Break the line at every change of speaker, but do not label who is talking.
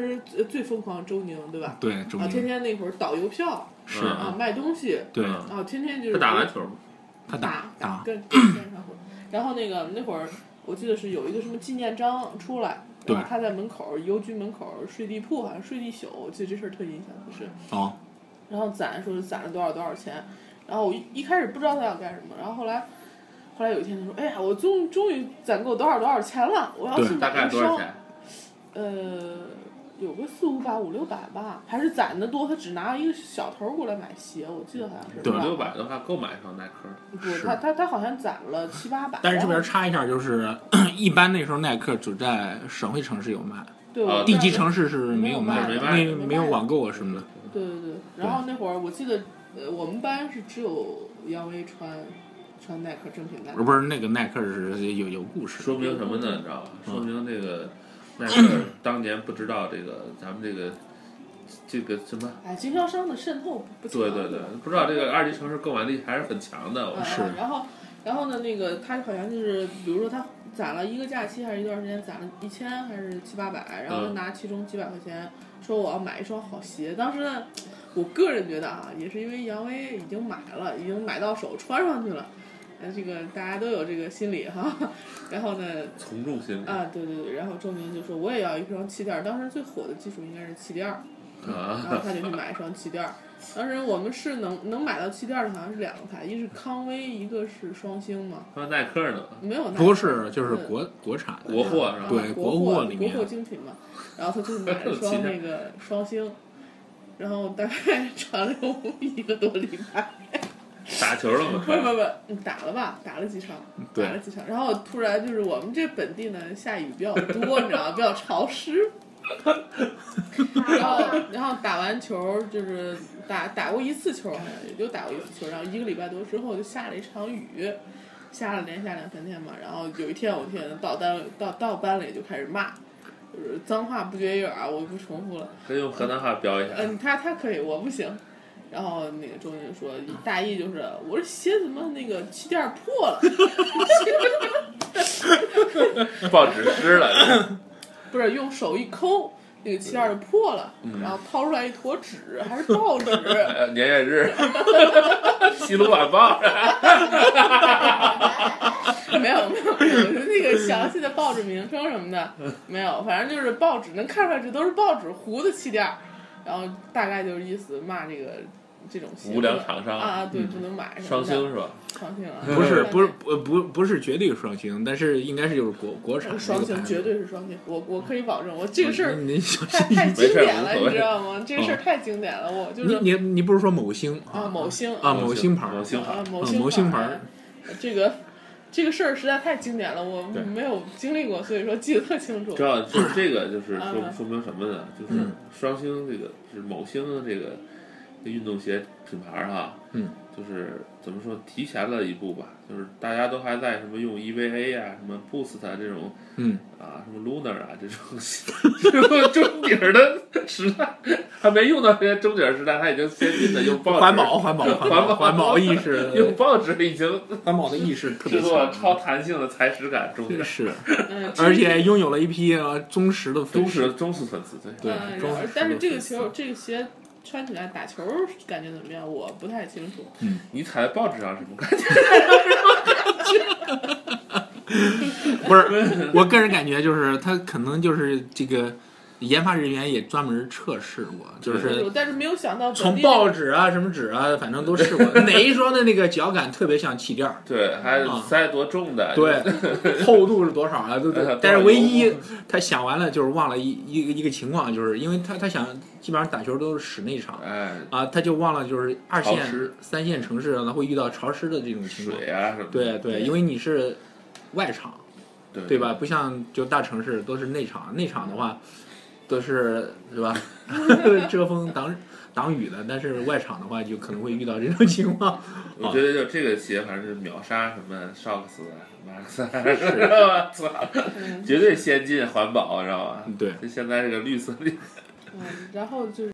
呃最疯狂周宁，对吧？
对，中
啊，天天
间
那会儿倒邮票
是
嗯
啊，卖东西
对
嗯
啊，天天就是
他打篮球吗？
他
打
打打，
跟跟上会儿。然后那个那会儿，我记得是有一个什么纪念章出来，
对
然后他在门口儿邮局门口儿睡地铺，好像睡地宿，我记得这事儿特印象特深。
哦，
然后攒说是攒了多少多少钱，然后我一一开始不知道他要干什么，然后后来。后来有一天，他说：“哎呀，我终终于攒够多少多少钱了，我要
对
去
大
买
概
一
多少
双
钱？
呃，有个四五百、五六百吧，还是攒的多。他只拿一个小头儿过来买鞋，我记得好像是
对
五
吧
六百的话够买一双耐克了。
不，
是
他他他好像攒了七八百。
但是这边插一下，就是 一般那时候耐克只在省会城市有卖，
哦对，
啊
我
呃地
知
级
道
城市是没有卖的，
没有卖
那
没卖
没有网购啊什么的。
嗯
对对对。然后那会儿我记得，呃，我们班是只有杨威穿穿耐克正品耐克。
不是那个耐克是有有故事的，
说明什么呢？你知道吧？说明这个耐克当年不知道这个咱们这个这个什么？
哎，经销商的渗透不不强。
对对对，不知道这个二级城市购买力还是很强的。我
嗯。
是
然后，然后呢，那个他好像就是，比如说他攒了一个假期还是一段时间，攒了一千还是七八百，然后他
嗯
拿其中几百块钱说我要买一双好鞋。当时呢，我个人觉得啊，也是因为杨威已经买了，已经买到手穿上去了。呃，这个大家都有这个心理哈， 然后呢，
从众心理
啊，对对对，然后周明就说我也要一双气垫儿，当时最火的技术应该是气垫儿，然后
啊，
他就去买一双气垫儿。当时我们是能能买到气垫儿的，好像是两个牌，一是康威，一个是双星嘛，
说耐克呢，
没有那
不是就是国国产的
国货是吧？
对
国
国
货
货里面
国货精品嘛。然后他就买了
有
双
气
那
垫儿
个双星，然后大概 穿了我们一个多礼拜，
打球了吗？
不是不是不是，嗯打了吧，打了几场，
对
打了几场。然后突然就是我们这本地呢下雨比较多，你知道吗？比较潮湿，然后然后打完球就是打打过一次球，好像也就打过一次球，然后一个礼拜多之后就下了一场雨，下了连下两三天嘛，然后有一天我天到单到到班里就开始骂。就是脏话不绝于耳，我不重复了。
可以用河南话飙一下。
嗯，他他可以，我不行。然后那个周宁说，大意就是我这鞋怎么那个气垫儿破了，
报纸湿了，
不是用手一抠，那个气垫儿就破了，然后掏出来一坨纸，还是报纸，
呃年月日，西鲁晚报，
没有没有，那个详细的报纸名称什么的
嗯
没有，反正就是报纸能看出来这都是报纸糊的气垫儿，然后大概就是意思骂这个这种鞋
无良厂商嗯
啊，对，不能买什么
双
的
星是吧？
双星啊，
不是不是不不不是绝对双星，但是应该是就是国国产
双星，绝对是双星，我我可以保证，我这个事儿
您小
太
心一
太
点。
经典了，
没事无
你
所谓嗯
知道吗？这个事儿太经典了，我就
嗯你
是
你你不是说某星
啊某星
啊某星牌
某星牌
啊某
嗯
星
某星牌
儿
儿，
这个这个事儿实在太经典了，我
对
没有经历过，所以说记得特清楚
知。道就是这个，就是说
嗯
说明什么呢？就是
嗯
双星这个就是某星的这个这运动鞋品牌儿哈，
嗯，
就是怎么说提前了一步吧，就是大家都还在什么用 EVA 啊、什么 Boost 啊这种
嗯
啊、什么 Lunar 啊这种 这种中底儿的时代，还没用到这些中底儿时代，他已经先进的用报纸
环保环保环
哦环
保
保
环保意
用
识
报纸已经
环保的意识特别
制作
强，
超弹性的材质感中底儿，
是，
嗯，
而且拥有了一批呃忠实的粉
忠
丝
实忠实粉丝对。
对
嗯，
忠实
但是这个
粉丝
球这个鞋穿起来打球感觉怎么样？我不太清楚。
你踩在报纸上什么感觉？
不是， 我个人感觉就是他可能就是这个研发人员也专门测试过，就
就是但是没有想到本
呃从
地
报纸啊、什么纸啊，反正都试过。哪一双的那个脚感特别像气垫 儿，
对，还塞多重的？
啊对，厚度是多少啊？对对
呃。
但是唯一
多
他想完了就是忘了一一个一个情况，就是因为他他想基本上打球都是室内场
哎，
啊，他就忘了就是二
潮
线
湿、
三线城市啊呢会遇到潮湿的这种情况。
水啊什么的，
对对，因为你是外场。
对
对？吧？不像就大城市都是内场，内场的话都是对吧，遮风挡挡雨的，但是外场的话就可能会遇到这种情况。
我觉得就这个鞋，反正是秒杀什么 Shox 啊、马克思啊， 知道吧？操，
嗯
绝对先进环保，知道吧？
对，
就现在这个绿色的
嗯，然后就是。